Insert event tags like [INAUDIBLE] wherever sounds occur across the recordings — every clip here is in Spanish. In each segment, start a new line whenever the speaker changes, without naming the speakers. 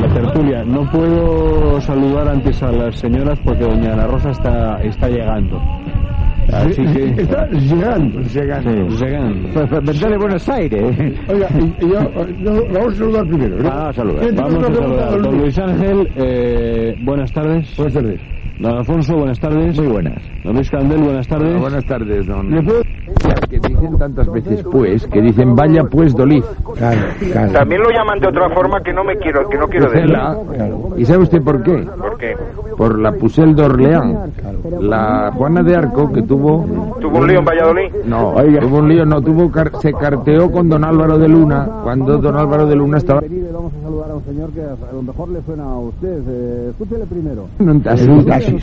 La tertulia, no puedo saludar antes a las señoras porque doña Ana Rosa está, está llegando. Así que...
Está llegando.
llegando. llegando.
Pues, de
[LAUGHS]
Buenos Aires.
Oiga, y, y yo, eh, no, vamos a saludar primero. ¿no?
Ah, saluda.
Bien, tengo
Vamos
una
a
pregunta
saludar.
para
Don
Luis.
Luis Ángel, eh, buenas tardes.
Buenas tardes.
Don Alfonso, buenas tardes.
Muy buenas.
Don Luis Candel, buenas tardes.
Ah, Buenas tardes, don.
¿Le puedo-
Que dicen tantas veces pues, que dicen vaya pues Dolid.
Claro, claro.
También lo llaman de otra forma que no me quiero, que no quiero decir.
Cela. ¿Y sabe usted por qué?
¿Por qué?
Por la Pusel de Orleán. La Juana de Arco que tuvo...
¿Tuvo un lío en Valladolid?
No, tuvo un lío, no, tuvo car- se carteó con don Álvaro de Luna cuando don Álvaro de Luna estaba...
Vamos a saludar a un señor que a lo mejor le suena a usted. Eh, escúchele primero.
en un taxi.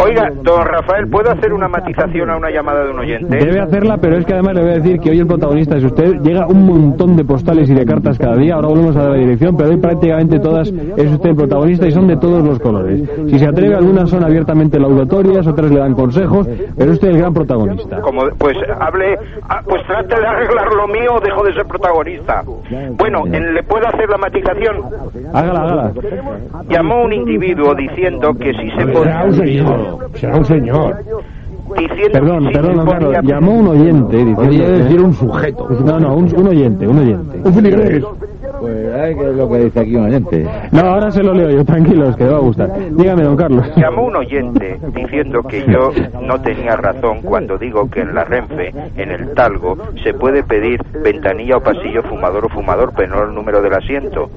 Oiga, don Rafael, ¿puedo hacer una matización a una llamada de un oyente?
Debe hacerla, pero es que además le voy a decir que hoy el protagonista es usted. Llega un montón de postales y de cartas cada día. Ahora volvemos a la dirección, pero hoy prácticamente todas es usted el protagonista y son de todos los colores. Si se atreve, algunas son abiertamente laudatorias, otras le dan consejos, pero usted es el gran protagonista.
Como, pues hable, ah, pues trate de arreglar lo mío, dejo de ser protagonista. Bueno, en- ¿le puedo hacer la matización?
Hágala, hágala.
Llamó un individuo diciendo que si se
Será un
podía...
señor. Será un señor.
Diciendo
Perdón,
que si
perdón,
se
don Carlos.
podía-
Llamó un oyente diciendo...
Podría
que-
decir un sujeto.
No, no, un, un oyente, un oyente.
Un filigrés.
Pues, ay, que es lo que dice aquí un oyente.
No, ahora se lo leo yo, tranquilos, que le va a gustar. Dígame, don Carlos.
Llamó un oyente diciendo que yo no tenía razón cuando digo que en la Renfe, en el Talgo, se puede pedir ventanilla o pasillo fumador o fumador, pero no el número del asiento.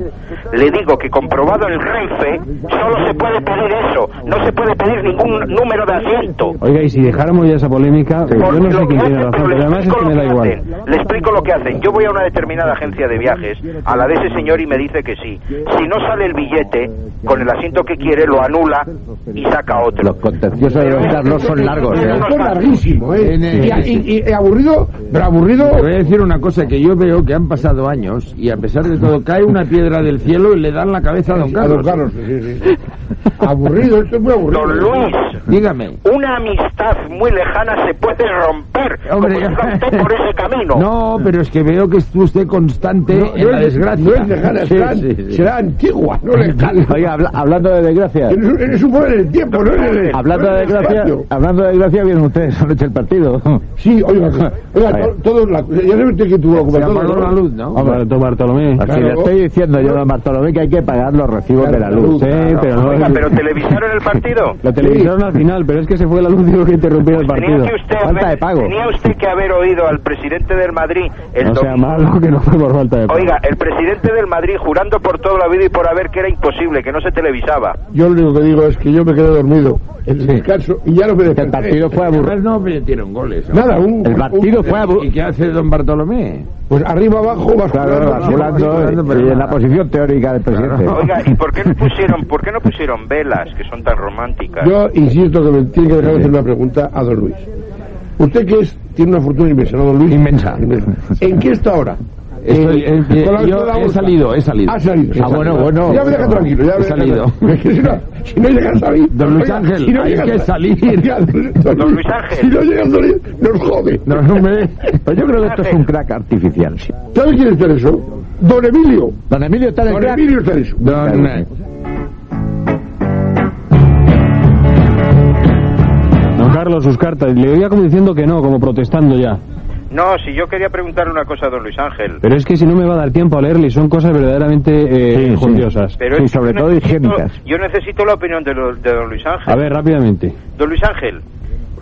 Le digo que comprobado en Renfe, solo se puede pedir eso, no se puede pedir ningún número de asiento.
Oiga, y si dejáramos ya esa polémica, yo
Porque
no
lo
sé quién tiene
que hacen,
razón,
le
pero además es
explico
que me
lo
da
que
igual.
hacen, Le explico lo que hacen. Yo voy a una determinada agencia de viajes, a la de ese señor, y me dice que sí. Si no sale el billete, con el asiento que quiere, lo anula y saca otro.
Los contenciosos de los no son largos, ¿eh?
Esto es larguísimo, ¿eh?
En el-
Y, y- y- y aburrido, pero aburrido.
Te voy a decir una cosa que yo veo que han pasado años y a pesar de todo cae una piedra del cielo y le dan la cabeza a don
A don
Carlos.
Carlos, sí, sí, sí. Aburrido, esto es muy aburrido.
Don Luis,
Dígame.
una amistad muy lejana se puede romper
Hombre,
como está usted por ese camino.
[LAUGHS] No, pero es que veo que es usted constante
No,
en
no
la
es-
desgracia.
No es lejana,
Sí,
será,
sí, sí.
será antigua, no lejana.
hablando de desgracia,
Eres, eres un pobre en el tiempo, no en el
hablando
no en
de
el
desgracia,
espacio.
hablando de desgracia, vienen ustedes anoche el partido.
Sí, oiga, oiga, to- todos la, ya sabe usted que tuvo la
Se
ocupación.
apagó la luz, ¿no?
Hombre, don Bartolomé.
Así le estoy
diciendo
yo, don
Bartolomé, que hay que pagar los recibos
de la luz.
Sí, pero no...
Oiga, pero televisaron el
[LAUGHS]
partido.
Lo televisaron al final, pero es que se fue la luz y hubo que interrumpir el partido.
Tenía, que usted haber, tenía usted que haber oído al presidente del Madrid el
No
domingo.
sea malo que no fue por falta de pago.
Oiga, el presidente del Madrid jurando por toda la vida y por haber que era imposible, que no se televisaba.
Yo lo único que digo es que yo me quedé dormido en el descanso y ya no me desperté.
fue
Además no metieron goles. ¿no?
Nada, un...
El partido fue aburrido.
¿Y qué hace don Bartolomé?
Pues arriba, abajo, basculando.
Claro,
abajo,
basculando
basculando,
y en la posición teórica del presidente.
Oiga, ¿y por qué no pusieron, por qué no pusieron velas que son tan románticas?
Yo insisto que me tiene que dejar de hacer una pregunta a don Luis. Usted que es, tiene una fortuna inmensa, ¿no, don Luis?
Inmensa.
¿En qué está ahora?
Estoy-
Eh,
eh, eh,
con la-
yo
con la
he
bolsa.
salido, he salido.
Ha salido.
Ah, bueno, bueno.
Ya me deja tranquilo. Ya
He
me deja
salido.
tranquilo. Si no, si no llegas a salir...
Don Luis Ángel, hay
llegas
que
a-
salir.
Oiga,
Don Luis Ángel.
Si no llegas a salir, nos jode.
No, no
[LAUGHS]
me...
Pues yo creo que esto es un crack artificial.
¿Sabe quién es Tereso? Don Emilio.
Don Emilio está
Don Emilio es Tereso.
Don...
eh. Don Carlos, sus cartas. Le oía como diciendo que no, como protestando ya.
No, si yo quería preguntarle una cosa a don Luis Ángel.
Pero es que si no me va a dar tiempo a leerle, son cosas verdaderamente eh,
Sí, sí.
jodiosas.
Pero
Sí,
es que
sobre
yo
todo
necesito-
higiénicas.
Yo necesito la opinión de, lo- de don Luis Ángel.
A ver, rápidamente.
Don Luis Ángel,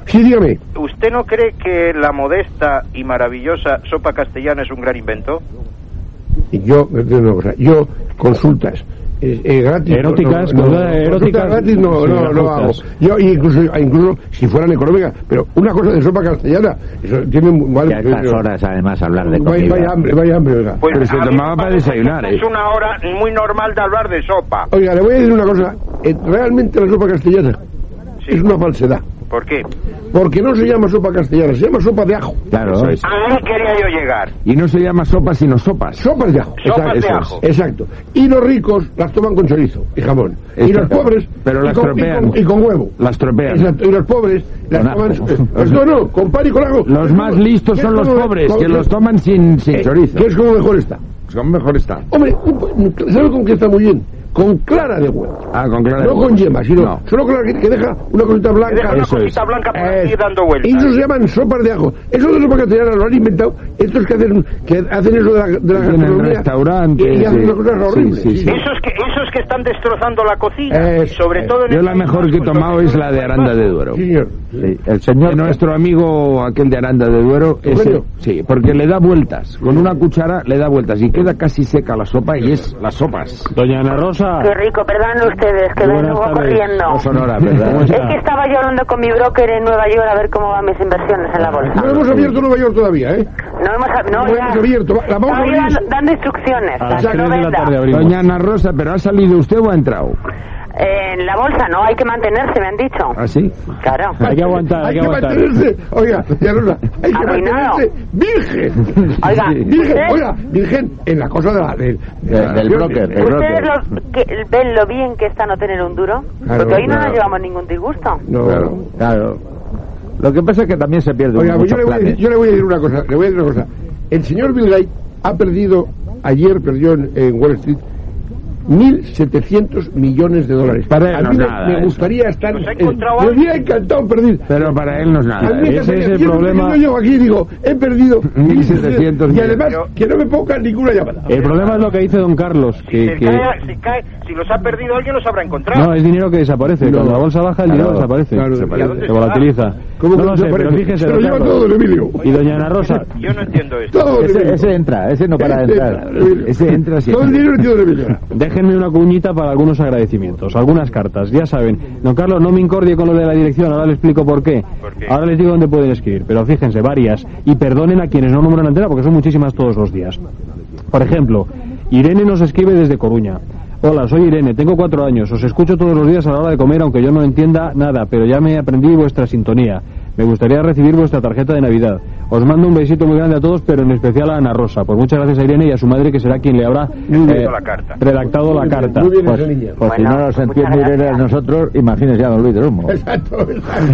Sí, dígame.
¿Usted no cree que la modesta y maravillosa sopa castellana es un gran invento?
Y Yo, de una cosa, yo consultas. eh, eh, gratis,
Eróticas,
no, no,
consultas
no,
eróticas.
consultas gratis no,
Sí,
no,
las
no hago.
justas.
Yo incluso, incluso si fueran económicas, pero una cosa de sopa castellana, eso tiene un- vale,
Y a estas
eh,
horas, además, hablar de
vaya,
comida.
Pues vaya hambre, vaya hambre, oiga.
Pero se
Pues a mí me
tomaba para
parece que
desayunar,
esta Es
¿eh?
una hora muy normal de hablar de sopa.
Oiga, le voy a decir una cosa, eh, realmente la sopa castellana
Sí.
es una falsedad,
¿Por qué?
porque no se llama sopa castellana, se llama sopa de ajo.
Claro.
Eso
es.
Ahí quería yo llegar.
Y no se llama sopa, sino sopas.
Sopas de ajo.
Sopas
exacto,
de
eso
ajo.
es, exacto. Y los ricos las toman con chorizo y jamón. y
Esto-
los pobres
pero
y
las
con- y,
tropean.
con, y con huevo.
Las tropean.
Exacto. Y los pobres las
Con ajo.
toman. [LAUGHS] Pues no, no, con pan y con ajo.
Los
Es
más
como-
listos
es
son los
como-
pobres,
como-
que los toman sin, sin
eh,
chorizo.
Que es como mejor está.
Son mejor está.
Hombre, un- ¿sabe con qué está muy bien? Con clara de huevo.
Ah, con clara de
No
huevo.
con yema, sino
No.
solo clara que, que deja una cosita blanca.
deja una
Eso
cosita
es.
blanca por
Eh,
aquí dando vueltas.
Y eso se llaman sopas de ajo. Eso de sopa castellana lo han inventado estos que hacen, que hacen eso de la, de la
Tienen
gastronomía.
restaurantes,
Y, y hacen
sí.
unas cosas horribles.
Sí, sí, sí.
Esos que, esos que están destrozando la cocina,
Eh,
sobre
eh,
todo en
Yo
el
la
País
mejor que he
Vasco,
tomado
sobre
es
todo
la
en
de
el País
Aranda de
Vasco.
Duero.
Sí, señor.
Sí, el
Que
señor.
Nuestro amigo, aquel de Aranda de Duero, ese,
Bueno.
sí, porque le da vueltas. Con una cuchara le da vueltas y queda casi seca la sopa y es las sopas.
Doña Ana Rosa.
Qué rico, perdón ustedes, que
Buenas
vengo
tardes.
corriendo.
No son horas,
¿Cómo
¿verdad?
Ah.
está?
Es que estaba yo hablando con mi broker en Nueva York a ver cómo van mis inversiones en la bolsa.
No hemos abierto Nueva York todavía, ¿eh?
No hemos, ab- no,
No
ya.
hemos abierto. La vamos a
Estaba yo
abrir.
dando, dando instrucciones.
A las
tanto
3 de la
venda.
tarde
[LAUGHS]
abrimos.
Doña Ana Rosa, ¿pero ha salido usted o ha entrado?
Eh, en la bolsa no, hay que mantenerse, me han dicho.
Ah.
¿Ah,
¿Así?
Claro.
Hay que aguantar, hay
Hay
que
que
aguantar.
mantenerse, oiga, ya no, hay que
Arruinado.
mantenerse virgen.
Oiga,
Virgen,
¿usted-
oiga, virgen en la cosa de la, de- de
Del-
la-
del broker, del broker.
¿Ustedes lo- que- ven lo bien que está no tener un duro?
Claro,
Porque hoy no
claro.
nos llevamos ningún disgusto.
No,
Claro, claro. Lo que pasa es que también se pierde
Oiga,
uno
pues yo
muchos
le, voy a decir,
planes.
yo le voy a decir una cosa, le voy a decir una cosa. El señor Bill Gates ha perdido, ayer perdió en, en Wall Street 1.700 millones de dólares.
Para él
a
no
mí
es
me,
nada,
me
eso.
gustaría estar...
Nos ha
en-
encontrado
me
algo.
hubiera encantado perder.
Pero para él no es
A
nada.
mí me
¿eh?
ese es
encantaría,
el
yo no
problema.
tengo Yo aquí digo, he perdido
1.700
1.700 y además
millones.
que no me pongan ninguna llamada.
El problema es lo que dice don Carlos,
Si,
que,
se
que-
cae- si cae- si los ha perdido alguien, los habrá encontrado.
no es dinero que desaparece.
No.
Cuando la bolsa baja, el dinero
Claro,
desaparece,
claro,
se,
¿y a dónde
se
se va?
volatiliza.
¿Cómo
no
que
lo sé, pero
desaparece?
fíjese,
Se lo
don
lleva
Carlos.
todo don Emilio.
Y doña Ana Rosa,
Yo no entiendo esto.
Todo don
Ese,
Emilio.
ese entra, ese no para de
Ese
entrar.
entra, don Emilio.
Ese entra
Todo el
siempre.
dinero metido de Emilio.
déjenme una cuñita para algunos agradecimientos, algunas cartas, ya saben. Don Carlos, no me incordie con lo de la dirección, ahora le explico por qué.
¿Por qué?
Ahora les digo dónde pueden escribir, pero fíjense, varias. Y perdonen a quienes no nombran entera porque son muchísimas todos los días. Por ejemplo, Irene nos escribe desde Coruña. Hola, soy Irene, tengo cuatro años. Os escucho todos los días a la hora de comer, aunque yo no entienda nada, pero ya me aprendí vuestra sintonía. Me gustaría recibir vuestra tarjeta de Navidad. Os mando un besito muy grande a todos, pero en especial a Ana Rosa. Pues muchas gracias a Irene y a su madre, que será quien le habrá eh,
la carta.
redactado la carta.
Muy bien
Pues,
esa niña.
Pues si
Bueno,
no nos
muchas
entiende
gracias.
Irene a nosotros, imagínese a don Luis del Olmo.
Exacto,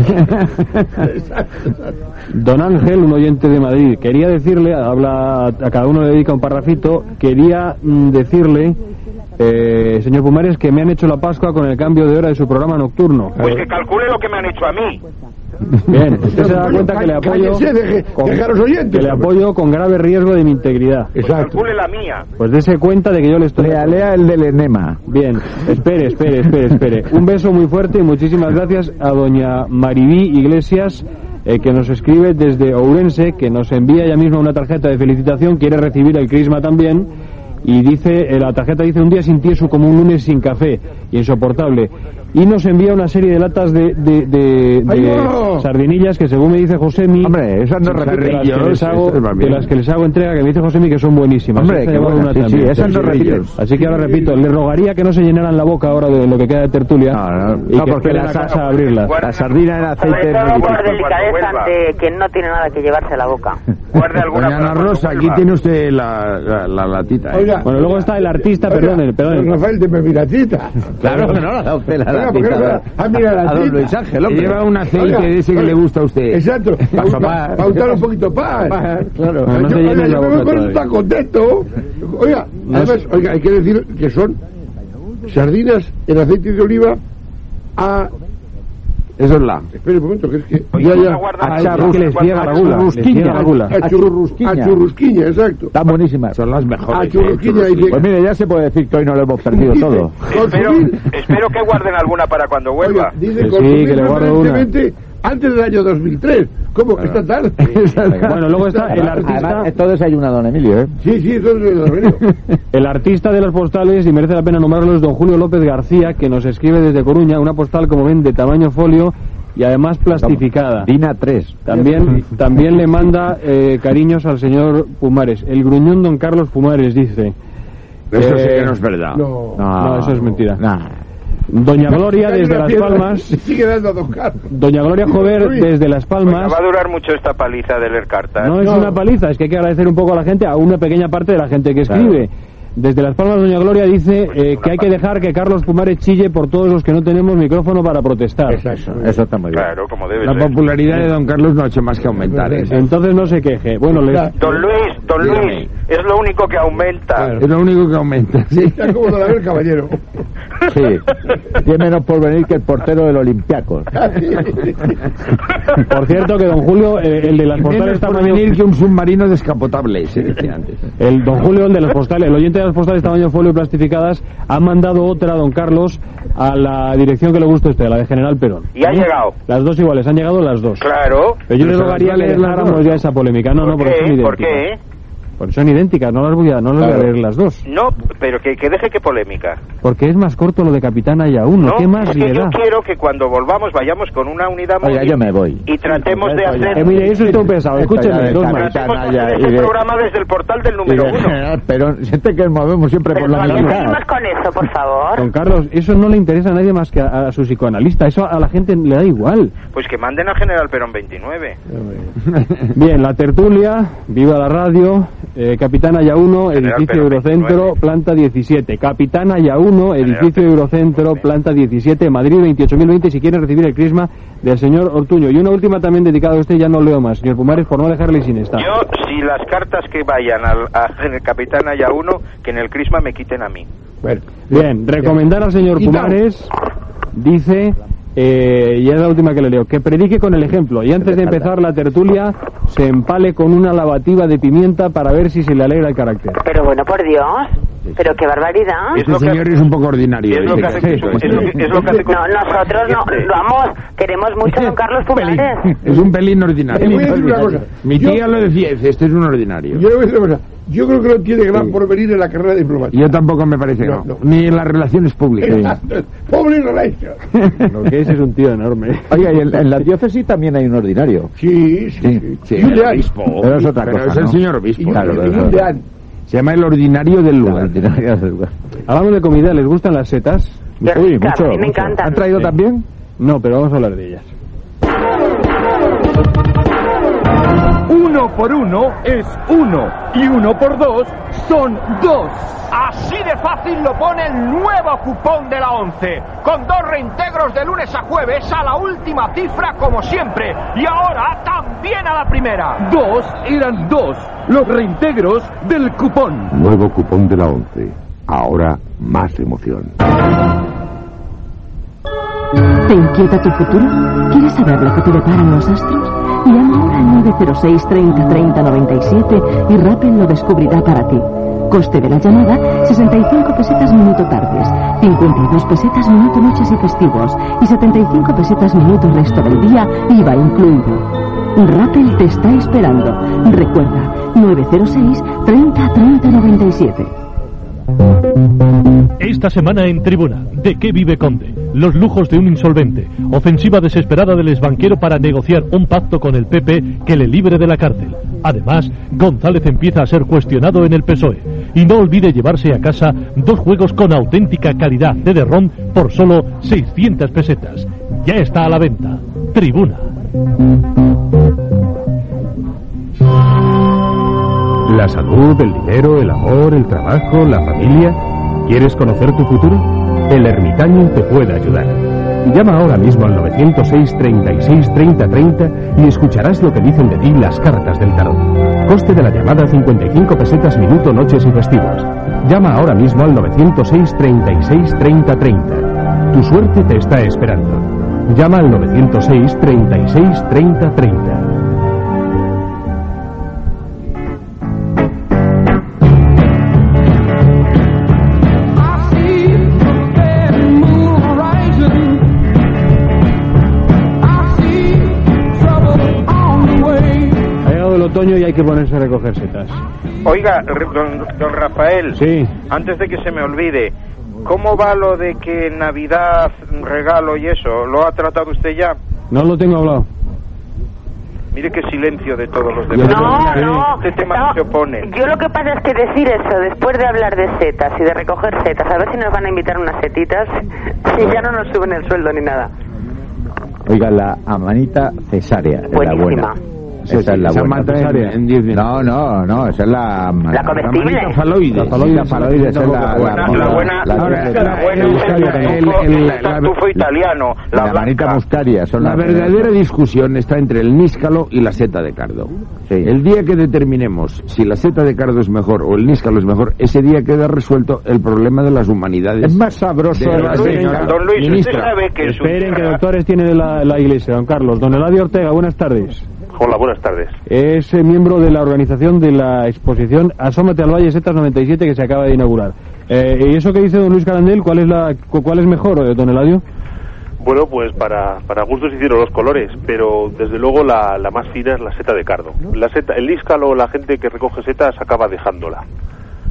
exacto. Exacto, exacto.
Don Ángel, un oyente de Madrid, quería decirle, habla, a cada uno le dedica un parrafito, quería mm, decirle, eh, señor Pumares, que me han hecho la Pascua con el cambio de hora de su programa nocturno.
Pues que calcule lo que me han hecho a mí. Pues
Bien, usted se da cuenta que le apoyo,
Cállese, deje- deje a los oyentes,
que le
hombre.
apoyo con grave riesgo de mi integridad.
Pues
Exacto.
calcule la mía.
Pues dése cuenta de que yo le estoy...
Lea, lea el del enema.
Bien, espere, espere, espere, espere. Un beso muy fuerte y muchísimas gracias a doña Maribí Iglesias, eh, que nos escribe desde Ourense, que nos envía ella misma una tarjeta de felicitación, quiere recibir el crisma también. Y dice, eh, la tarjeta dice un día sin tieso como un lunes sin café, insoportable. Y nos envía una serie de latas de, de- de-
¡Ay,
de
no!
sardinillas que según me dice Josemi,
Hombre, esas no
de las que
repiten.
les hago-
esas van
de
bien.
las que les hago entrega, que me dice Josemi que son buenísimas.
Hombre,
Esta
qué
lleva
buena,
una
sí, sí,
también.
esas no repiten.
Así que ahora repito, le rogaría que no se llenaran la boca ahora de lo que queda de tertulia
No, no,
y
no,
que
porque
porque
las-
la casa a abrirla.
La sardina en aceite
Sobre
es muy
todo por
difícil.
delicadeza
Cuando vuelva.
ante quien no tiene nada que llevarse a la boca.
Guarde alguna Pues
Doña Ana
para cuando
Rosa, aquí
vuelva.
tiene usted la, la- la latita. ¿eh?
Oiga.
Bueno, luego está el artista,
Oiga,
perdonen,
don
perdonen.
Rafael, de Permiratita.
Claro que no, la da usted la
Oiga,
latita.
¿por qué no
ahora.
da? Ah, mira, la
a don
latita.
Luis Ángel,
Le
hombre.
lleva un aceite
Oiga,
de ese que
oiga.
le gusta a usted.
Exacto.
Pa' sopar.
Pautar un poquito pan.
Pan, claro.
Yo,
No se
oiga,
llena la
yo me
boca
voy con
todavía.
un taco de esto. Oiga, además, oiga, hay que decir que son sardinas en aceite de oliva a...
Eso es la.
Espere un momento, que es que...
Oye, una guarda-
Ah,
una
es que
guarda-
les ciega la
guarda-
gula. les ciega la gula.
A, churrusquiña. A churrusquiña, exacto.
Están buenísimas.
Son las
A
mejores. ¿eh?
churrusquiña. y
Pues mire, ya se puede decir que hoy no lo hemos perdido
dice,
todo.
Espero,
consumir-
espero que guarden alguna para cuando
Oiga,
vuelva.
dice
Que sí,
consumir
que le guardo una.
preferentemente antes del año 2003. ¿Cómo? ¿Esta tarde?
Bueno, luego está el artista,
Además, todo desayunado, Emilio, ¿eh?
Sí, sí, eso es lo de Aurelio.
el artista de las postales, y merece la pena nombrarlo, es don Julio López García, que nos escribe desde Coruña una postal, como ven, de tamaño folio y además
Ah.
plastificada.
Dina 3.
También, también le manda eh, cariños al señor Pumares. El gruñón don Carlos Pumares dice.
Eso sí
Eh,
que no es verdad.
No.
No, eso es mentira.
Nah.
Doña Gloria
Hay
desde
una
Las
piedra.
Palmas.
Sigue dando a Don Carlos.
Doña Gloria Jover
Uy.
desde Las Palmas.
Bueno, va a durar mucho esta paliza de leer cartas.
No eh, es
No.
una paliza, es que hay que agradecer un poco a la gente, a una pequeña parte de la gente que escribe. Desde Las Palmas, Doña Gloria dice
Pues
eh,
es una
que hay que
paliza.
dejar que Carlos Pumares chille por todos los que no tenemos micrófono para protestar.
Exacto.
Eso está muy bien.
Claro, pues, eh, como debe
La
ser.
popularidad de don Carlos no ha hecho más que aumentar. ¿eh?
Entonces no se queje. Bueno, les-
Claro.
Don Luis, don Luis, es lo único que aumenta.
Claro.
Es lo único que aumenta. Sí.
Está como Don Abel Caballero.
Sí. Tiene menos por venir que el portero del Olympiacos.
por cierto que Don Julio, eh, el de las postales
Menos por
tamaño...
venir que un submarino descapotable, se decía antes.
El don Julio, el de las postales, el oyente de las postales tamaño folio plastificadas, ha mandado otra, don Carlos, a la dirección que le gusta a usted, a la de General Perón.
Y ha llegado.
Las dos iguales, han llegado las dos.
Claro.
Pero yo le
Pero se
rogaría
las va
que
a leer las
dejáramos
dos.
ya esa polémica. No, no,
¿Por
porque son
qué?
idénticas.
¿Por qué?
Porque Pues son idénticas, no las voy a, no las voy a
Claro.
leer las dos.
No, pero que, que deje que polémica.
Porque es más corto lo de Capitán Ayauno.
¿no?
¿Qué más
Es
le
que yo
da?
quiero que cuando volvamos vayamos con una unidad
[LAUGHS] Oiga,
móvil
yo me voy.
y tratemos de
Oiga,
hacer...
Eh, mire, eso es un pesado.
Esta ya
Escúcheme,
de
dos más.
Capitán.
Tratemos de
Canalla,
hacer
y
este
de-
programa desde el portal del número
Y de
[LAUGHS]
uno.
[LAUGHS] general Perón, siente que nos movemos siempre
Pero
por la
¿para qué
misma.
seguimos con eso, por favor?
Don Carlos, eso no le interesa a nadie más que a, a su psicoanalista. Eso a la gente le
[LAUGHS]
da igual.
Pues que manden al general Perón 29.
Bien, la tertulia, viva la radio, eh, Capitán Ayauno,
General
edificio
Perón,
Eurocentro,
29.
planta 17. Capitán Ayauno, edificio
Perón,
Eurocentro,
29.
planta 17, Madrid 28.020, si quiere recibir el crisma del señor Ortuño. Y una última también dedicada a usted, ya no leo más, señor Pumares, por no dejarle sin esta.
Yo, si las cartas que vayan al a, en el capitán haya uno, que en el crisma me quiten a mí.
Bueno,
Bien, recomendar al señor
Quitado.
Pumares, dice, eh, y es la última que le leo, que predique con el ejemplo y antes de empezar la tertulia se empale con una lavativa de pimienta para ver si se le alegra el carácter.
Pero bueno, por Dios. Pero qué barbaridad.
Es
Este
lo que-
señor es un poco ordinario.
Es lo que hace
dice.
que- es lo que- es lo que hace que-
No, nosotros no, vamos, queremos mucho a don Carlos Pumares.
Es un pelín
te
ordinario.
voy a decir una cosa.
Mi
Yo-
tía lo decía, dice, este es un ordinario.
Yo le voy a decir una cosa. Yo creo que no tiene gran porvenir en la carrera diplomática.
Yo tampoco me parece que
No,
no.
no.
Ni en las relaciones públicas.
Exacto. [LAUGHS] Pobre Relación.
Lo que es es un tío enorme.
Oiga, y en, en la diócesis también hay un ordinario.
Sí, sí, sí.
Sí,
Julián.
el obispo.
Pero es otra
Pero
cosa,
es el
¿no?
señor obispo.
Y-
Claro,
y
claro,
Julián.
claro.
Se llama el ordinario del
El
lugar.
ordinario del lugar.
Hablamos de comida, ¿les gustan las setas?
Qué rica, a mí me encanta.
¿Han traído también?
No, pero vamos a hablar de ellas.
Uno por uno es uno y uno por dos son dos. Así de fácil lo pone el nuevo cupón de la 11, con dos reintegros de lunes a jueves a la última cifra como siempre y ahora también a la primera. Dos eran dos, los reintegros del cupón.
Nuevo cupón de la 11. Ahora más emoción.
¿Te inquieta tu futuro? ¿Quieres saber lo que te deparan los astros? Llama ahora al 906 30 30 97 y Rappel lo descubrirá para ti. Coste de la llamada, 65 pesetas minuto tardes, 52 pesetas minuto noches y festivos y 75 pesetas minuto resto del día, IVA incluido. Rappel te está esperando. Recuerda, 906 30 30 97.
Esta semana en Tribuna, ¿de qué vive Conde? Los lujos de un insolvente, ofensiva desesperada del exbanquero para negociar un pacto con el PP que le libre de la cárcel. Además, González empieza a ser cuestionado en el PSOE. E. Y no olvide llevarse a casa dos juegos con auténtica calidad de derrón por solo 600 pesetas. Ya está a la venta. Tribuna.
La salud, el dinero, el amor, el trabajo, la familia. ¿Quieres conocer tu futuro? El ermitaño te puede ayudar. Llama ahora mismo al 906 36 30 30 y escucharás lo que dicen de ti las cartas del tarot. Coste de la llamada 55 pesetas minuto noches y festivos. Llama ahora mismo al 906 36 30 30. Tu suerte te está esperando. Llama al 906 36 30 30.
I see otoño y hay que ponerse a recoger setas.
Oiga, re- don, don Rafael,
Sí.
antes de que se me olvide, ¿cómo va lo de que Navidad, regalo y eso? ¿Lo ha tratado usted ya?
No lo tengo hablado.
Mire qué silencio de todos los
No,
demás.
no,
Este tema no se opone.
Yo lo que pasa es que decir eso después de hablar de setas y de recoger setas, a ver si nos van a invitar unas setitas y ya no nos suben el sueldo ni nada.
Oiga, la amanita cesárea es la buena.
Sí,
Esa es la
esa
buena.
mata en- en
no, no, no, esa es la... La
comestible.
La faloide. La faloide, la faloide, esa es la...
La buena, la buena, es el tartufo, el tartufo italiano.
La, manita
muscaria.
la
las-
verdadera discusión está entre el níscalo y la seta de cardo. El día que determinemos si la seta de cardo es mejor o el níscalo es mejor, ese día queda resuelto el problema de las humanidades.
Es más sabroso.
De la
Don Luis,
señora
don Luis, usted
ministra.
sabe que su-
Esperen que doctores tiene la, la iglesia, don Carlos. Don Eladio Ortega, buenas tardes.
Hola, buenas tardes.
Es eh, miembro de la organización de la exposición Asómate al Valle Setas 97 que se acaba de inaugurar. Eh, ¿Y eso que dice don Luis Carandel? ¿Cuál es, la, cu- cuál es mejor, eh, don Eladio?
Bueno, pues para, para gustos hicieron los colores, pero desde luego la, la más fina es la seta de cardo. La seta, el íscalo, la gente que recoge setas acaba dejándola.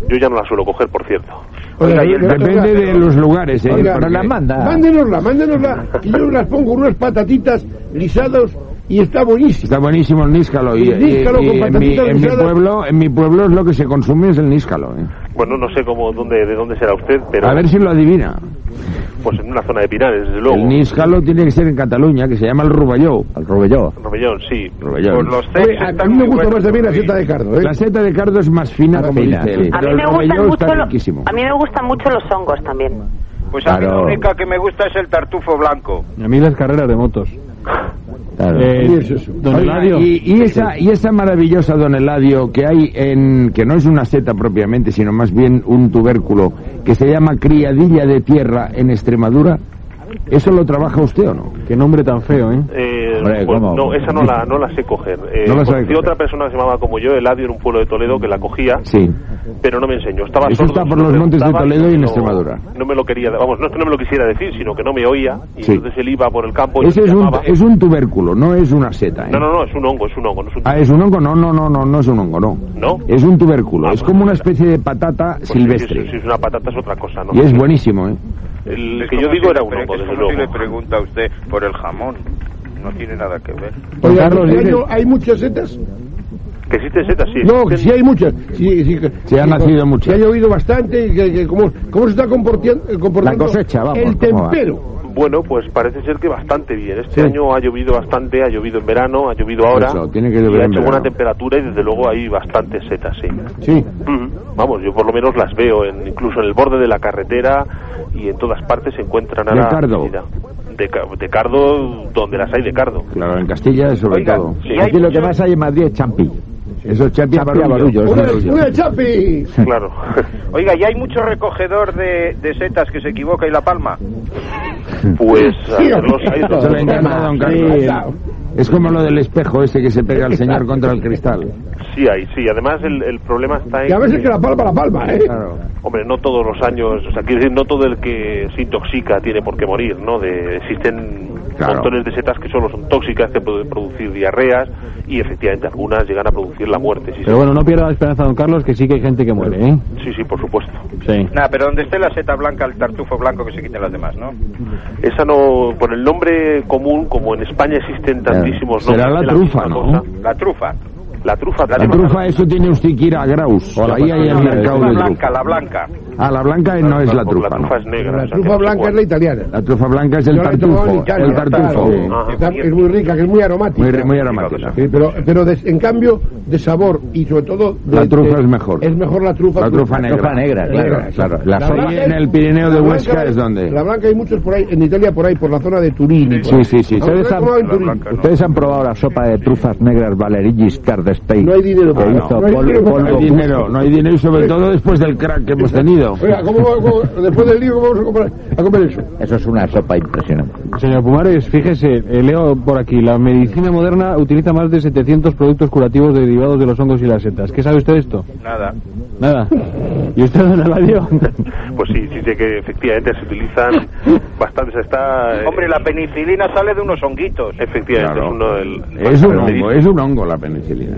Yo ya no la suelo coger, por cierto.
Oiga,
y el-
oiga,
depende
oiga,
de los lugares, ¿eh?
oiga,
Pero la manda.
Mándenosla, mándenosla. Y yo las pongo unas patatitas guisadas y está buenísimo.
Está buenísimo el níscalo y,
El níscalo
y-
con
y en, mi,
patatitas
en mi
guisadas.
pueblo en mi pueblo es lo que se consume es el níscalo. ¿eh?
Bueno, no sé cómo, dónde, de dónde será usted, pero
A ver si lo adivina.
pues en una zona de Pinares, desde luego.
El níscalo tiene que ser en Cataluña, que se llama el ruballó. El ruballó.
Robellón, sí.
Robellón.
Pues los
Oye, a, mí me gusta más también la seta de cardo, ¿eh?
La seta de cardo es más fina, como
fina,
dice
sí.
él,
A
pero el
mí, me gustan
robelló
mucho
está
lo-
riquísimo.
a mí me gustan mucho los hongos también.
Pues a mí
Claro.
la única que me gusta es el tartufo blanco.
A mí las carreras de motos.
Eh,
don
Oiga,
Eladio.
y, y esa, y esa maravillosa don Eladio que hay en que no es una seta propiamente, sino más bien un tubérculo que se llama criadilla de tierra en Extremadura. ¿Eso lo trabaja usted o no?
Qué nombre tan feo, ¿eh?
Eh,
Hombre,
pues,
¿cómo?
no, esa no la, no la sé coger. Eh,
No la sabe
conocí
coger.
otra persona que se llamaba como yo, Eladio, en un pueblo de Toledo, que la cogía,
Sí.
pero no me enseñó. Estaba
Eso
sordo,
está por
no
los
me
montes de
gustaba
Toledo y en
no-
Extremadura.
No me lo quería, vamos, no es que no me lo quisiera decir, sino que no me oía, y
Sí.
entonces él iba por el campo y
Ese
me
es un,
pues, llamaba.
es un tubérculo, no es una seta. ¿eh?
No, no, no, es un hongo, es un hongo, no es un...
Ah, es un hongo, no, no, no, no, no es un hongo, no.
¿No? Ah,
Es un tubérculo, es como una especie de patata
Pues sí,
silvestre.
Si, es- si es una patata es otra cosa, ¿no?
Y es buenísimo, ¿eh?
El
Es
que yo
como
digo
si
era
le
un
pre-
hongo,
es
desde
como si le
luego.
pregunta a usted por el jamón. No tiene nada que ver.
Oiga, ¿hay, ¿este hay muchas setas?
Que existe seta, sí.
No,
existen-
que sí hay muchas. Sí, sí, que-
Sí, han
que-
nacido muchas.
Que ha llovido bastante y que, que cómo, cómo se está comportian- eh, comportando
La cosecha, vamos,
el
¿cómo va?
tempero.
Bueno, pues parece ser que bastante bien.
Sí.
Este año ha llovido bastante, ha llovido en verano, ha llovido ahora.
Eso, tiene que
y
llover
ha
en
hecho buena
verano.
temperatura y desde luego hay bastantes setas, sí.
Sí.
Mm, Vamos, yo por lo menos las veo, en, incluso en el borde de la carretera y en todas partes se encuentran a
De
la
cardo.
medida. De, ca- de cardo, donde las hay de cardo.
Claro, en Castilla sobre
Oiga,
todo.
sí, hay
Aquí lo que
muchas-
más hay en Madrid es champi. Eso es champi,
Champi a
a barullo.
barullo,
eso es barullo.
chapi!
[LAUGHS]
Claro.
Oiga, ¿y hay mucho recogedor de, de setas que se equivoca y la palma?
Pues a
Sí,
ver, los hay de
Eso
todo.
le encanta a don Carlos. Es como lo del espejo ese que se pega al señor contra el cristal.
Sí hay, sí. Además el, el problema está en...
Y a veces que la palma, la palma, ¿eh?
Claro.
Hombre, no todos los años, o sea, quiero decir, no todo el que se intoxica tiene por qué morir, ¿no? De- existen
Claro.
montones de setas que solo son tóxicas, que pueden producir diarreas y efectivamente algunas llegan a producir la muerte. Sí, sí.
Pero bueno, no pierda la esperanza, don Carlos, que sí que hay gente que muere, ¿eh?
sí, sí, por supuesto.
Sí.
Nada, pero donde esté la seta blanca, el tartufo blanco que se quiten las demás, ¿no?
Esa no, por el nombre común, como en España existen tantísimos nombres.
Será la
de
trufa,
misma
¿no?
cosa.
La trufa.
La trufa,
La trufa, eso tiene usted que ir a Graus. Ahí hay el mercado
La
de
blanca,
trufa.
la blanca.
Ah, la blanca no es la trufa.
La
no.
trufa es negra.
La trufa blanca es la italiana.
La trufa blanca es
Yo
el
la he tomado en
tartufo.
Italia,
El tartufo.
claro.
Sí.
Está- es muy rica, que es muy aromática.
Muy, muy aromática.
Sí, pero pero de- en cambio de sabor y sobre todo de,
La trufa
de-
es mejor.
Es mejor la trufa.
La trufa negra.
Negra,
claro,
sí.
claro. La soya
blanca
en
es-
el Pirineo de
la
Huesca
blanca
es donde.
La blanca hay muchos por ahí, en Italia por ahí, por la zona de Turín. y por
Sí,
ahí.
sí, sí.
¿Alguna vez
Ustedes han,
tomado en Turín?
ustedes han probado la sopa de trufas negras Valerigis Cardestay.
No hay dinero
Que
para-
hizo
no hay
Pol-
dinero para-
Pol-
No hay dinero, no hay dinero y sobre todo después del crack que hemos tenido. Bienvenido.
Oiga, ¿cómo, va- cómo- después del lío, ¿cómo vamos a comprar, a comer eso?
Eso es una sopa impresionante.
Señor Pumares, fíjese, eh, leo por aquí, la medicina moderna utiliza más de 700 productos curativos derivados de los hongos y las setas. ¿Qué sabe usted de esto?
Nada.
Nada. ¿Y usted, don Eladio?
Pues sí, sí sé que efectivamente se
[LAUGHS]
utilizan bastantes. Está. eh,
Hombre, la penicilina sale de unos honguitos.
Efectivamente, es uno del.
Es un hongo, es un hongo la penicilina.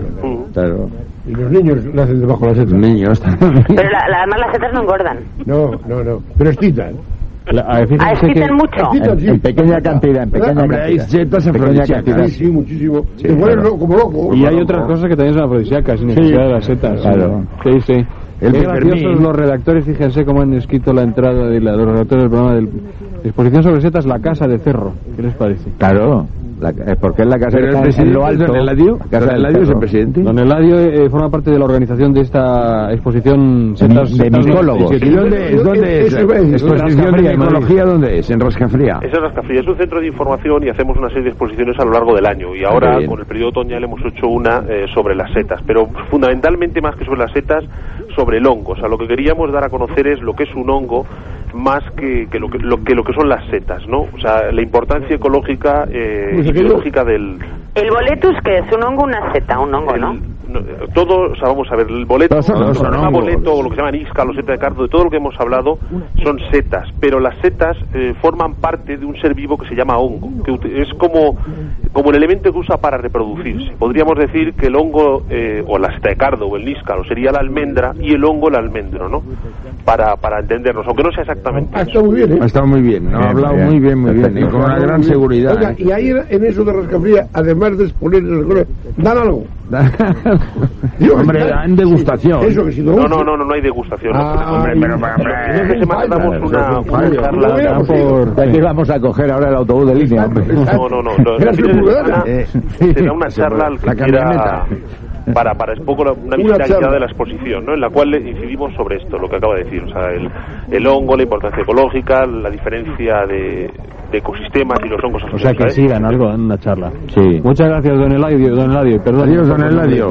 Claro.
Y los niños nacen debajo de la seta.
Niños también.
Pero la- la- además las setas no engordan.
No, no, no. Pero ¿eh? excitan.
Ah, excitan mucho.
Excitan, sí.
En pequeña cantidad, en pequeña
Hombre,
cantidad.
hay setas
En pequeña
afrodisíacas.
cantidad.
Sí, sí, muchísimo. Te vuelves
claro.
loco, como loco.
Y hay otras cosas que también son afrodisíacas, sin necesidad de las setas.
Claro.
Sí, sí.
El
Qué
de
graciosos
Fermín.
los redactores, fíjense cómo han escrito la entrada de la- los redactores del programa del... Exposición sobre setas, la casa de cerro. ¿Qué les parece?
Claro, la- eh, porque es la casa
Pero
que
el
está en
presidente
lo alto.
es don Eladio.
la casa
Don
del
Eladio es el
cerro.
presidente.
Don Eladio eh, forma parte de la organización de esta exposición
mi- de micólogos.
¿Y
¿Y dónde es? ¿Dónde es? Exposición de micología, ¿dónde es? En Roscafría.
Esa es Rascafría, es un centro de información y hacemos una serie de exposiciones a lo largo del año. Y ahora,
Ah, bien.
con el periodo otoñal, hemos hecho una eh, sobre las setas, pero fundamentalmente más que sobre las setas, sobre el hongo. O sea, lo que queríamos dar a conocer es lo que es un hongo más que, que lo, que, lo, que lo que son las setas, ¿no? O sea, la importancia ecológica eh,
Pues
y
aquello-
biológica del...
El boletus, que es un hongo, una seta, un hongo, ¿no?
no, eh, todo, o sea, vamos a ver, el boleto,
Pero son-
lo que se
son
llama
hongos.
boleto, o lo que se llama isca, los setas de cardo, de todo lo que hemos hablado son setas, pero las setas eh, forman parte de un ser vivo que se llama hongo, que ut- es como, como el elemento que usa para reproducirse. Podríamos decir que el hongo, eh, o la seta de cardo, o el níscalo, sería la almendra y el hongo el almendro, ¿no? Para, para entendernos, aunque no sea exactamente.
Ah, está muy bien, ¿eh?
Ha estado muy bien, ¿no? ha
Bien,
hablado
bien.
muy bien, muy bien. Y
Perfecto.
con una gran seguridad. ¿eh?
Oiga, y ahí en eso de Rascafría, además de exponer en las cosas, dan algo.
[LAUGHS]
Digo,
Hombre,
dan-
dan degustación.
Eso que si Ah,
No, no, no, no, no hay degustación. no.
Hombre, pero, hombre,
Esta semana damos una, una charla-
pues,
De aquí vamos a coger ahora el autobús de línea, hombre.
[LAUGHS]
No, no, no. no,
Era
el fin
su
de
pulgada.
semana
Eh,
será una charla al que
la
quiera ¿Eh?
camioneta.
para, para es poco la- una
Una
visibilidad
charla.
de la exposición, ¿no? En la cual le incidimos sobre esto, lo que acaba de decir, o sea, el, el hongo, la importancia ecológica, la diferencia de, de ecosistemas y los hongos
O sea que
asociados a
sí,
él.
dan algo, dan una charla. Sí. Muchas gracias, don Eladio. Don Eladio, perdón.
Adiós, don Eladio.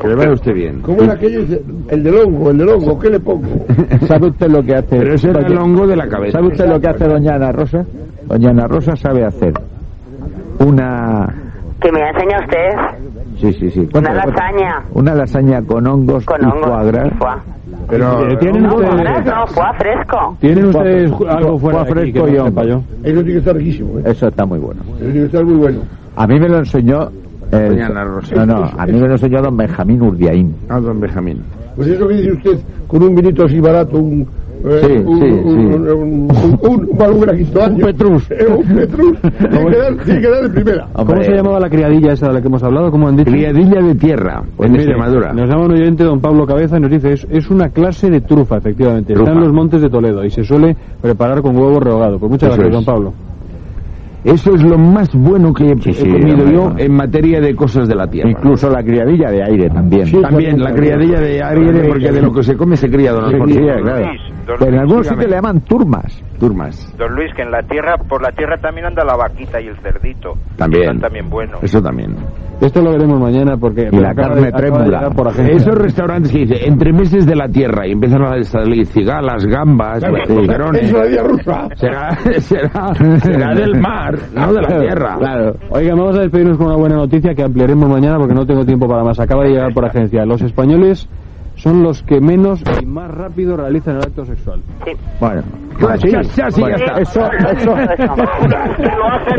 Que le vaya usted bien.
¿Cómo era aquello? Dice, El del hongo, el del hongo, ¿qué le pongo?
[LAUGHS] ¿Sabe usted lo que hace?
Pero ese era
Doña-
el hongo de la cabeza.
¿Sabe usted lo que hace doña Ana Rosa? Doña Ana Rosa sabe hacer una...
Que me enseña usted
Sí, sí, sí.
una
Cuéntale, cuéntale.
lasaña
Una lasaña con hongos
con
y
hongo.
foie gras.
Pero,
Eh, ¿tienen
No,
ustedes-
gras no, foie fresco.
¿Tienen
Fua-
ustedes ju-
fua-
algo fuera
fua
de aquí que
fresco y
no sepa
hongo.
yo?
Eso tiene que estar riquísimo, ¿eh?
Eso está muy bueno.
Eso tiene que estar muy bueno.
A mí me lo enseñó... el-
Doña Ana Rosa.
No, no, a mí me lo enseñó don Benjamín Urdiaín.
Ah, don Benjamín.
Pues eso que dice usted, con un vinito así barato, un... eh,
Sí,
un,
sí,
un,
sí.
un, un, un, un balón graquito año.
Petrus.
[LAUGHS] Eh, un Petrus. Tiene que dar- tiene que dar de primera.
¿Cómo se llamaba la criadilla esa de la que hemos hablado? ¿Cómo han dicho?
Criadilla de tierra,
Pues
en
Mire,
Extremadura.
Nos llama un oyente, don Pablo Cabeza, y nos dice, es, es una clase de trufa, efectivamente. Está
Trufa.
en los montes de Toledo y se suele preparar con huevo rehogado. Pues muchas
Eso
gracias,
es.
don Pablo.
Eso es lo más bueno que he,
sí,
he comido
hombre,
yo
no.
en materia de cosas de la tierra.
Incluso la criadilla de aire también.
También la criadilla de aire, porque de lo que se come se cría, don
Se
Alfonso.
cría, claro.
Don
Pero en
Luis,
algunos
dígame.
sitios le llaman turmas.
Turmas.
Don Luis, que en la tierra, por la tierra también anda la vaquita y el cerdito.
También.
Están también buenos.
Eso también.
Esto lo veremos mañana porque...
Y la
acaba
carne
de- acaba de
trémula.
llegar por agencia.
Esos restaurantes que dice entre meses de la tierra y empiezan a salir cigalas, gambas,
Es
boquerones.
la vía rusa.
Será, [LAUGHS] será, será del mar, no de la
Claro,
tierra.
Claro.
Oiga, vamos a despedirnos con una buena noticia que ampliaremos mañana porque no tengo tiempo para más. Acaba de llegar por agencia. Los españoles son los que menos y más rápido realizan el acto sexual.
Bueno.
Pues
sí.
ya- ya sí, ya está.
Eso,
[LAUGHS]
eso,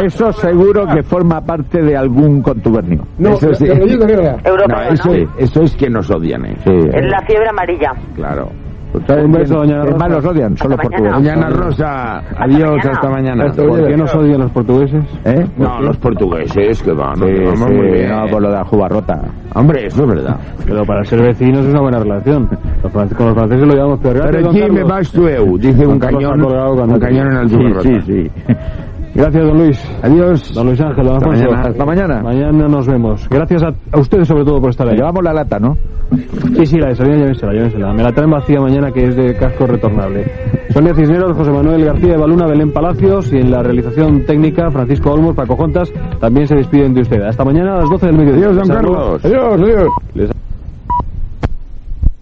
eso seguro que forma parte de algún contubernio.
No,
eso sí.
la la leyenda negra.
No,
Europeo,
eso,
¿no?
eso es que nos odian, ¿eh?
Es la fiebre amarilla.
Claro.
Un beso, doña Rosa.
Hermanos odian, solo
Hasta
portugueses.
Doña Ana Rosa, adiós,
mañana.
hasta mañana.
¿Por qué nos odian los portugueses?
¿Eh?
No, los portugueses, que van,
Sí,
que vamos
sí,
muy bien.
no, con lo de la jugarrota.
Hombre, eso es
[LAUGHS]
verdad.
Pero para ser vecinos es una buena relación. Los fran- Con los franceses lo llevamos peor. Gracias,
Pero
don
aquí me
Carlos.
vas tú, eu, dice un
Don Carlos
cañón,
ha colgado cuando-
un cañón en altura.
Sí, sí, sí.
Gracias, don Luis.
Adiós.
Don Luis Ángel, don
Hasta
Alfonso.
mañana.
Hasta mañana.
Mañana nos vemos. Gracias a, a ustedes sobre todo por estar ahí.
Llevamos la lata, ¿no?
Sí, sí, la de Sabina, llévensela, llévensela. Me la traen vacía mañana que es de casco retornable. Sonia Cisneros, José Manuel García de Baluna, Belén Palacios y en la realización técnica Francisco Olmos, Paco Jontas también se despiden de ustedes. Hasta mañana a las 12 del mediodía.
Adiós, don
Les hablo-
Carlos.
Adiós, adiós.
les-